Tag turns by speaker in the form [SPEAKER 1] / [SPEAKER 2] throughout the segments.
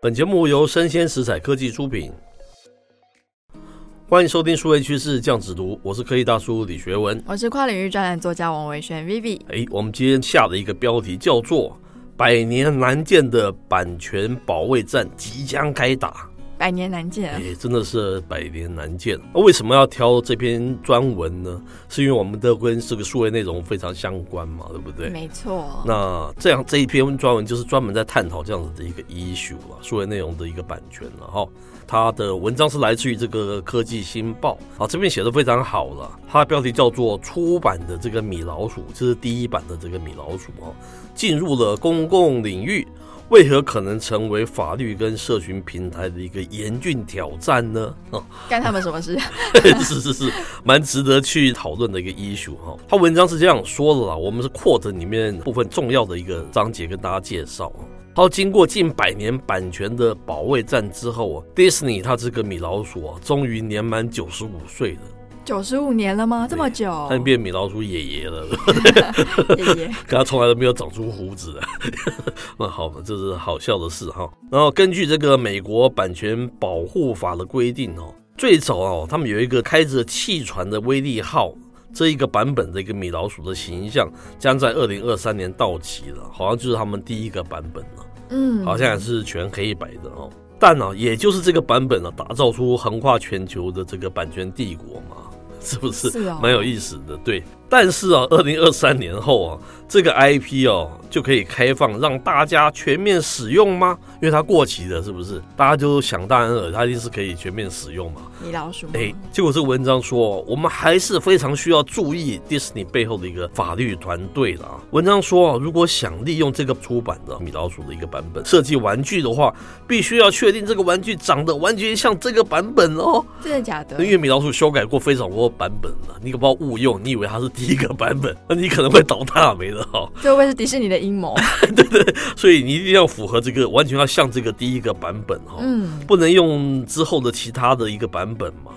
[SPEAKER 1] 本节目由生鲜食材科技出品，欢迎收听数位趋势酱子读，我是科技大叔李学文。
[SPEAKER 2] 我是跨领域专栏作家王维轩 Vivi。
[SPEAKER 1] 哎，我们今天下的一个标题叫做“百年难见的版权保卫战即将开打
[SPEAKER 2] 百年难”，见啊，
[SPEAKER 1] 哎，真的是百年难见。那为什么要挑这篇专文呢？是因为我们的跟这个数位内容非常相关嘛，对不对？
[SPEAKER 2] 没错。
[SPEAKER 1] 那这样这一篇专文就是专门在探讨这样子的一个 issue 了，数位内容的一个版权了哈。它的文章是来自于这个科技新报啊，这边写的非常好了。它的标题叫做《出版的这个米老鼠》，这是第一版的这个米老鼠哦，进入了公共领域，为何可能成为法律跟社群平台的一个严峻挑战呢？哦
[SPEAKER 2] 干他们什 么事？
[SPEAKER 1] 是是是，蛮值得去讨论的一个 issue 哈。他文章是这样说的啦，我们是 quote 里面部分重要的一个章节跟大家介绍啊。好，经过近百年版权的保卫战之后啊，Disney 它这个米老鼠啊，终于年满九十五岁了，
[SPEAKER 2] 九十五年了吗？这么久
[SPEAKER 1] 它？变米老鼠爷爷了。
[SPEAKER 2] 爷爷，
[SPEAKER 1] 可他从来都没有长出胡子。 那好吧，这是好笑的事哈。然后根据这个美国版权保护法的规定哦，最早哦，他们有一个开着汽船的威利号。这一个版本的一个米老鼠的形象将在二零二三年到期了，好像就是他们第一个版本了。
[SPEAKER 2] 嗯，
[SPEAKER 1] 好像也是全黑白的哦。但呢、也就是这个版本呢、啊打造出横跨全球的这个版权帝国嘛， 是不是？
[SPEAKER 2] 是哦
[SPEAKER 1] 蛮有意思的，对。但是啊，二零二三年后啊，这个 IP 哦就可以开放让大家全面使用吗？因为它过期了，是不是？大家就想当然了，它一定是可以全面使用嘛。
[SPEAKER 2] 米老鼠吗。
[SPEAKER 1] 哎，结果这个文章说，我们还是非常需要注意迪士尼背后的一个法律团队了啊。文章说，如果想利用这个出版的米老鼠的一个版本设计玩具的话，必须要确定这个玩具长得完全像这个版本哦。
[SPEAKER 2] 真的假的？
[SPEAKER 1] 因为米老鼠修改过非常多版本了，你可不要误用，你以为它是第一个版本， 那你可能会倒大霉的哈、
[SPEAKER 2] 这会不会是迪士尼的阴 谋？
[SPEAKER 1] 所以你一定要符合这个，完全要像这个第一个版本哈、
[SPEAKER 2] 嗯，
[SPEAKER 1] 不能用之后的其他的一个版本嘛。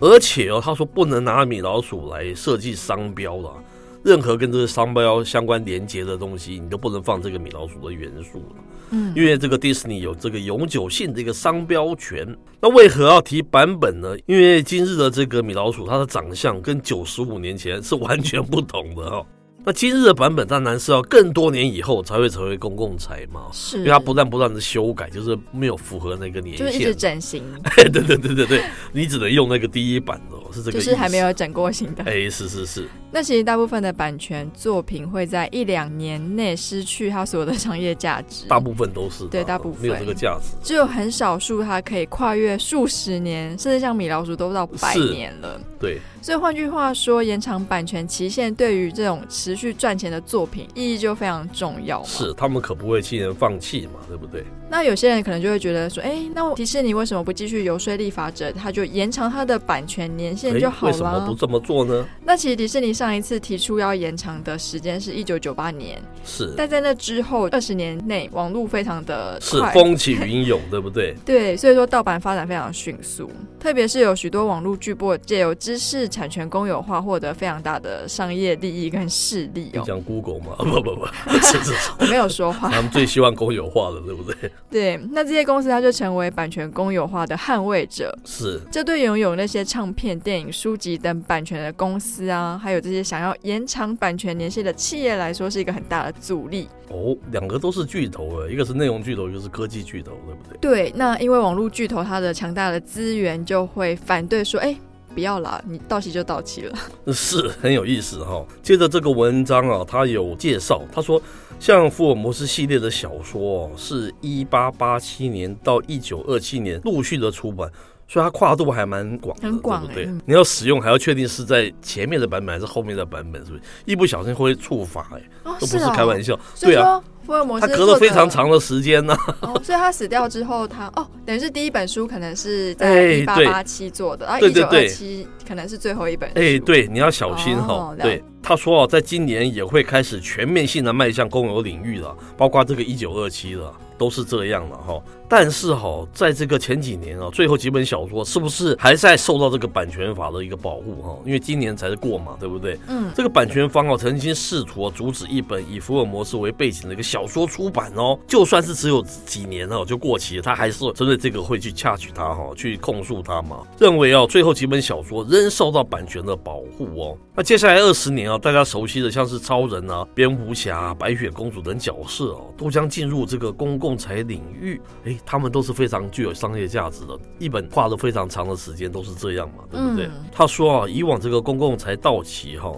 [SPEAKER 1] 而且哦，他说不能拿米老鼠来设计商标了，任何跟这个商标相关连接的东西，你都不能放这个米老鼠的元素了。
[SPEAKER 2] 嗯，
[SPEAKER 1] 因为这个迪士尼有这个永久性的一个商标权。那为何要提版本呢？因为今日的这个米老鼠，它的长相跟九十五年前是完全不同的哦。那今日的版本当然是要更多年以后才会成为公共财嘛，
[SPEAKER 2] 是，
[SPEAKER 1] 因为它不断不断的修改，就是没有符合那个年
[SPEAKER 2] 嗯就
[SPEAKER 1] 限，
[SPEAKER 2] 是一直整形，
[SPEAKER 1] 对对对对对对，你只能用那个第一版的、哦，是这个
[SPEAKER 2] 就
[SPEAKER 1] 意思。
[SPEAKER 2] 是还没。有整过型的。
[SPEAKER 1] 哎，是是是，
[SPEAKER 2] 那其实大部分的版权作品会在一两年内失去它所有的商业价值，
[SPEAKER 1] 大部分都是的哦
[SPEAKER 2] 对大部分
[SPEAKER 1] 没有这个价值。
[SPEAKER 2] 只有很少数它可以跨越数十年，甚至像米老鼠都到百
[SPEAKER 1] 是
[SPEAKER 2] 年了。
[SPEAKER 1] 对，
[SPEAKER 2] 所以换句话说，延长版权期限对于这种持续赚钱的作品意义就非常重要嘛。。
[SPEAKER 1] 是他们可不会轻言放弃嘛，对不对？
[SPEAKER 2] 那有些人可能就会觉得说，哎、那迪士尼为什么不继续游说立法者，他就延长他的版权年限就好
[SPEAKER 1] 哎为什么
[SPEAKER 2] 啦
[SPEAKER 1] 不？这么做呢？
[SPEAKER 2] 那其实迪士尼上一次提出要延长的时间是一九九八年，
[SPEAKER 1] 是
[SPEAKER 2] 但在那之后二十年内，网络非常的
[SPEAKER 1] 是
[SPEAKER 2] 快。
[SPEAKER 1] 风起云涌，对不 对？
[SPEAKER 2] 对，所以说盗版发展非常迅速，特别是有许多网络巨擘借由知识产权公有化获得非常大的商业利益跟势力
[SPEAKER 1] 你
[SPEAKER 2] 哦。
[SPEAKER 1] 讲 Google 嘛？ 不不不，是是是，
[SPEAKER 2] 我没有说话。
[SPEAKER 1] 他们最希望公有化的，对不对？
[SPEAKER 2] 对，那这些公司它就成为版权公有化的捍卫者，
[SPEAKER 1] 是
[SPEAKER 2] 这对拥有那些唱片、电影、书籍等版权的公司啊，还有这些想要延长版权年限的企业来说，是一个很大的阻力。
[SPEAKER 1] 哦，两个都是巨头啊，一个是内容巨头，一个是科技巨头，对不对？
[SPEAKER 2] 对，那因为网络巨头它的强大的资源，就会反对说，哎，不要啦，你到期就到期了。
[SPEAKER 1] 是很有意思哈、接着这个文章啊，他有介绍，他说像福尔摩斯系列的小说、哦，是一八八七年到一九二七年陆续的出版。所以它跨度还蛮广的，
[SPEAKER 2] 很广
[SPEAKER 1] 对不对
[SPEAKER 2] 哎嗯？
[SPEAKER 1] 你要使用还要确定是在前面的版本还是后面的版本，是不是？一不小心会触发、哎，
[SPEAKER 2] 哦，
[SPEAKER 1] 都不是开玩
[SPEAKER 2] 笑。
[SPEAKER 1] 笑。
[SPEAKER 2] 所以
[SPEAKER 1] 对啊，
[SPEAKER 2] 说，福尔摩斯
[SPEAKER 1] 它隔了
[SPEAKER 2] 做
[SPEAKER 1] 非
[SPEAKER 2] 的
[SPEAKER 1] 常长的时间呢、
[SPEAKER 2] 哦，所以他死掉之后他，哦，等于是第一本书可能是在
[SPEAKER 1] 哎
[SPEAKER 2] 一八八七做的，然后
[SPEAKER 1] 对
[SPEAKER 2] 一
[SPEAKER 1] 对
[SPEAKER 2] 九
[SPEAKER 1] 对
[SPEAKER 2] 二七可能是最后一本书。
[SPEAKER 1] 哎，对，你要小心哈、
[SPEAKER 2] 哦了
[SPEAKER 1] 对，他说哦，在今年也会开始全面性的迈向公有领域了，包括这个一九二七了，都是这样了哈。但是哈，在这个前几年啊，最后几本小说是不是还在受到这个版权法的一个保护哈？因为今年才是过嘛，对不对？
[SPEAKER 2] 嗯，
[SPEAKER 1] 这个版权方哦，曾经试图啊阻止一本以福尔摩斯为背景的一个小说出版哦，就算是只有几年哦就过期了，他还是针对这个会去掐取他哈、去控诉他嘛，认为哦最后几本小说仍受到版权的保护哦。那接下来二十年啊，大家熟悉的像是超人啊、蝙蝠侠啊、白雪公主等角色哦，都将进入这个公共财领域，诶，他们都是非常具有商业价值的。一本画了非常长的时间都是这样嘛，对不对？
[SPEAKER 2] 嗯
[SPEAKER 1] 他说啊，以往这个公共财到期哈、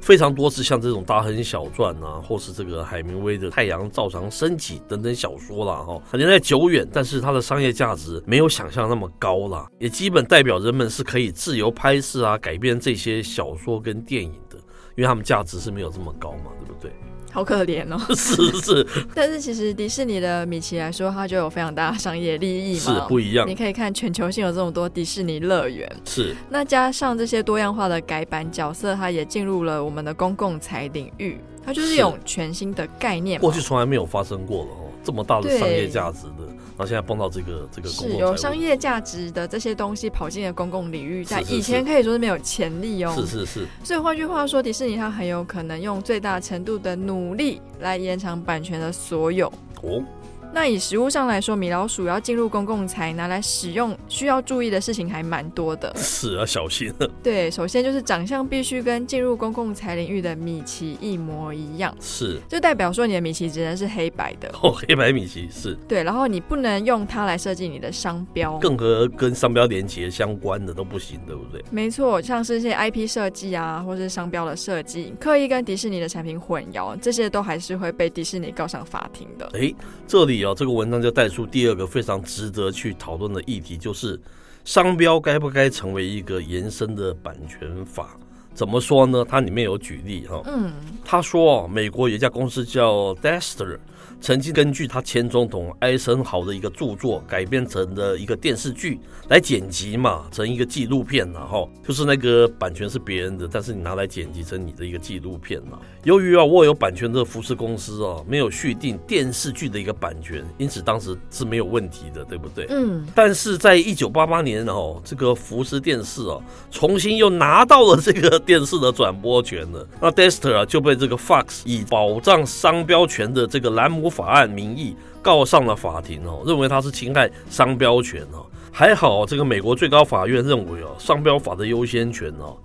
[SPEAKER 1] 非常多是像这种《大亨小传》啊，或是这个海明威的《太阳照常升起》等等小说啦，哈、年代久远，但是它的商业价值没有想象那么高啦，也基本代表人们是可以自由拍摄啊、改编这些小说跟电影的，因为他们价值是没有这么高嘛，对不 对？
[SPEAKER 2] 好可怜哦。
[SPEAKER 1] 是是
[SPEAKER 2] 但是其实迪士尼的米奇来说，它就有非常大的商业利益
[SPEAKER 1] 是啊
[SPEAKER 2] 嘛。
[SPEAKER 1] 不一样
[SPEAKER 2] 你，可以看全球性有这么多迪士尼乐园，
[SPEAKER 1] 是
[SPEAKER 2] 那加上这些多样化的改版角色，它也进入了我们的公共财领域，它就是
[SPEAKER 1] 是
[SPEAKER 2] 一种全新的概念嘛。
[SPEAKER 1] 过去从来没有发生过了哦，这么大的
[SPEAKER 2] 对
[SPEAKER 1] 商业价值的，然后现在碰到这个这个公
[SPEAKER 2] 是
[SPEAKER 1] 共
[SPEAKER 2] 有
[SPEAKER 1] 财
[SPEAKER 2] 商
[SPEAKER 1] 务
[SPEAKER 2] 业价值的这些东西跑进了公共领域，
[SPEAKER 1] 是
[SPEAKER 2] 在
[SPEAKER 1] 是
[SPEAKER 2] 以前
[SPEAKER 1] 是
[SPEAKER 2] 可以说是没有潜力哦。
[SPEAKER 1] 是是是，
[SPEAKER 2] 所以换句话说，迪士尼它很有可能用最大程度的努力来延长版权的所有。
[SPEAKER 1] 哦，
[SPEAKER 2] 那以实物上来说，米老鼠要进入公共财拿来使用，需要注意的事情还蛮多的。
[SPEAKER 1] 是啊， 小心，
[SPEAKER 2] 对，首先就是长相必须跟进入公共财领域的米奇一模一样，
[SPEAKER 1] 是
[SPEAKER 2] 就代表说你的米奇只能是黑白的。
[SPEAKER 1] 哦，黑白米奇是。
[SPEAKER 2] 对，然后你不能用它来设计你的商标。
[SPEAKER 1] 更和跟商标连接相关的都不行，对不对？
[SPEAKER 2] 没错，像是一些 IP 设计啊，或是商标的设计，刻意跟迪士尼的产品混淆，这些都还是会被迪士尼告上法庭的。
[SPEAKER 1] 诶，这里啊，这个文章就带出第二个非常值得去讨论的议题，就是商标该不该成为一个延伸的版权法？怎么说呢？它里面有举例哈、
[SPEAKER 2] 嗯，
[SPEAKER 1] 他说，美国有一家公司叫 Dexter，曾经根据他前总统艾森豪的一个著作改编成的一个电视剧来剪辑嘛，成一个纪录片然后就是那个版权是别人的，但是你拿来剪辑成你的一个纪录片嘛。由于啊握有版权的服饰公司啊没有续订电视剧的一个版权，因此当时是没有问题的，对不对？
[SPEAKER 2] 嗯，
[SPEAKER 1] 但是在一九八八年哦，这个福斯电视哦，重新又拿到了这个电视的转播权了。那 Dexter 啊就被这个 Fox 以保障商标权的这个兰姆法案名义告上了法庭哦，认为他是侵害商标权哦。还好这个美国最高法院认为哦，商标法的优先权哦。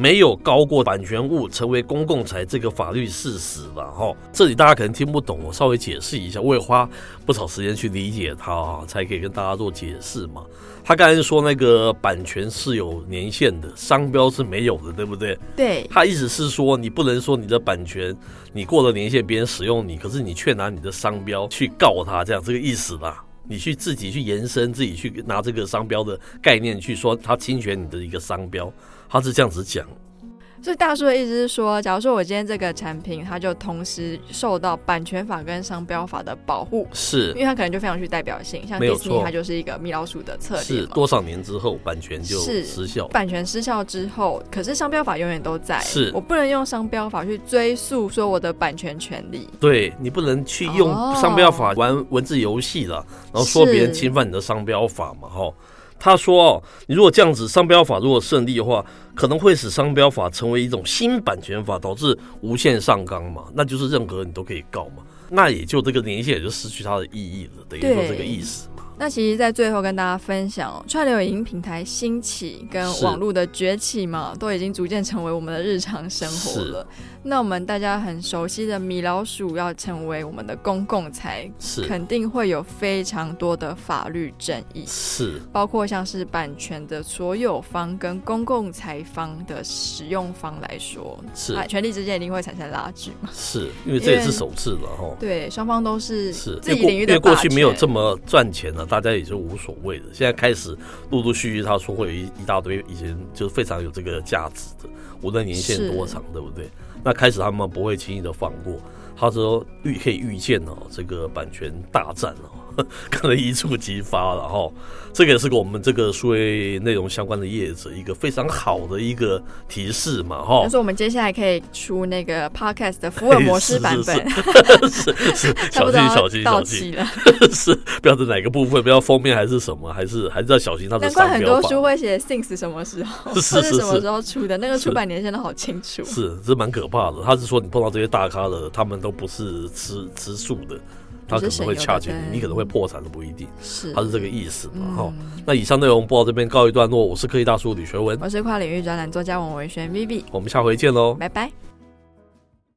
[SPEAKER 1] 没有高过版权物成为公共财这个法律事实吧？哈，这里大家可能听不懂，我稍微解释一下，我也花不少时间去理解它啊，才可以跟大家做解释嘛。他刚才说那个版权是有年限的，商标是没有的，对不对？
[SPEAKER 2] 对，
[SPEAKER 1] 他意思是说，你不能说你的版权你过了年限，别人使用你，可是你却拿你的商标去告他，这样这个意思啦。你去自己去延伸，自己去拿这个商标的概念去说他侵权你的一个商标，他是这样子讲。
[SPEAKER 2] 所以大叔的意思是说，假如说我今天这个产品，它就同时受到版权法跟商标法的保护，
[SPEAKER 1] 是
[SPEAKER 2] 因为它可能就非常具代表性，像
[SPEAKER 1] 没有
[SPEAKER 2] 迪士尼
[SPEAKER 1] 错
[SPEAKER 2] 它就是一个米老鼠的策略
[SPEAKER 1] 是，
[SPEAKER 2] 嘛。
[SPEAKER 1] 多少年之后版权就是失效？
[SPEAKER 2] 版权失效之后，可是商标法永远都在，
[SPEAKER 1] 是
[SPEAKER 2] 我不能用商标法去追溯说我的版权权利。
[SPEAKER 1] 对你不能去用
[SPEAKER 2] 哦
[SPEAKER 1] 商标法玩文字游戏了，然后说别人
[SPEAKER 2] 是
[SPEAKER 1] 侵犯你的商标法嘛，哈。他说：“哦，你如果这样子，商标法如果胜利的话，可能会使商标法成为一种新版权法，导致无限上纲嘛，那就是任何人都可以告嘛，那也就这个年限也就失去它的意义了，等于说
[SPEAKER 2] 对
[SPEAKER 1] 这个意思嘛。
[SPEAKER 2] 那其实，在最后跟大家分享、哦，串流影音平台兴起跟
[SPEAKER 1] 是
[SPEAKER 2] 网络的崛起嘛，都已经逐渐成为我们的日常生活了。那我们大家很熟悉的米老鼠要成为我们的公共财，
[SPEAKER 1] 是
[SPEAKER 2] 肯定会有非常多的法律争议，
[SPEAKER 1] 是
[SPEAKER 2] 包括像是版权的所有方跟公共财方的使用方来说，
[SPEAKER 1] 是
[SPEAKER 2] 啊，权利之间一定会产生拉锯嘛。
[SPEAKER 1] 是，因为这也
[SPEAKER 2] 因
[SPEAKER 1] 是
[SPEAKER 2] 为
[SPEAKER 1] 首次了哦哈。
[SPEAKER 2] 对，双方都是
[SPEAKER 1] 是，因
[SPEAKER 2] 自
[SPEAKER 1] 为
[SPEAKER 2] 己
[SPEAKER 1] 过
[SPEAKER 2] 领域
[SPEAKER 1] 因
[SPEAKER 2] 的
[SPEAKER 1] 为过去
[SPEAKER 2] 霸
[SPEAKER 1] 没有
[SPEAKER 2] 权
[SPEAKER 1] 这么赚钱了，大家也就无所谓了。现在开始陆陆续续，他说会有一一大堆以前就是非常有这个价值的，无论年限多长，对不对？那开始他们不会轻易的放过，他说预可以预见哦，这个版权大战哦， 可能一触即发了哈、这个也是给我们这个数位内容相关的业者一个非常好的一个提示嘛哈、 哎
[SPEAKER 2] 但是我们接下来可以出那个 podcast 的福尔摩斯版本，
[SPEAKER 1] 是是，小
[SPEAKER 2] 差不
[SPEAKER 1] 心
[SPEAKER 2] 多要
[SPEAKER 1] 小心
[SPEAKER 2] 到
[SPEAKER 1] 小心，
[SPEAKER 2] 期了。
[SPEAKER 1] 是不要在哪个部分，不要封面还是什么，还是还是要小心它的
[SPEAKER 2] 难怪
[SPEAKER 1] 商
[SPEAKER 2] 很
[SPEAKER 1] 标
[SPEAKER 2] 多
[SPEAKER 1] 法。
[SPEAKER 2] 书会写 since 什么时候，
[SPEAKER 1] 是
[SPEAKER 2] 或
[SPEAKER 1] 是
[SPEAKER 2] 者
[SPEAKER 1] 是
[SPEAKER 2] 什么
[SPEAKER 1] 是
[SPEAKER 2] 时候出的，那个
[SPEAKER 1] 是
[SPEAKER 2] 出版年限都好清楚。
[SPEAKER 1] 是，这蛮可怕的。他是说你碰到这些大咖的，他们都不是吃吃素的，他
[SPEAKER 2] 不
[SPEAKER 1] 可
[SPEAKER 2] 是
[SPEAKER 1] 能会
[SPEAKER 2] 省油的
[SPEAKER 1] 掐紧
[SPEAKER 2] 灯
[SPEAKER 1] 你，你可能会破产都不一定，
[SPEAKER 2] 是
[SPEAKER 1] 他是这个意思嘛？哦哈、
[SPEAKER 2] 嗯，
[SPEAKER 1] 那以上内容播到这边告一段落，我是科技大叔李学文，
[SPEAKER 2] 我是跨领域专栏作家王维轩 Vivi，
[SPEAKER 1] 我们下回见喽。
[SPEAKER 2] 拜拜。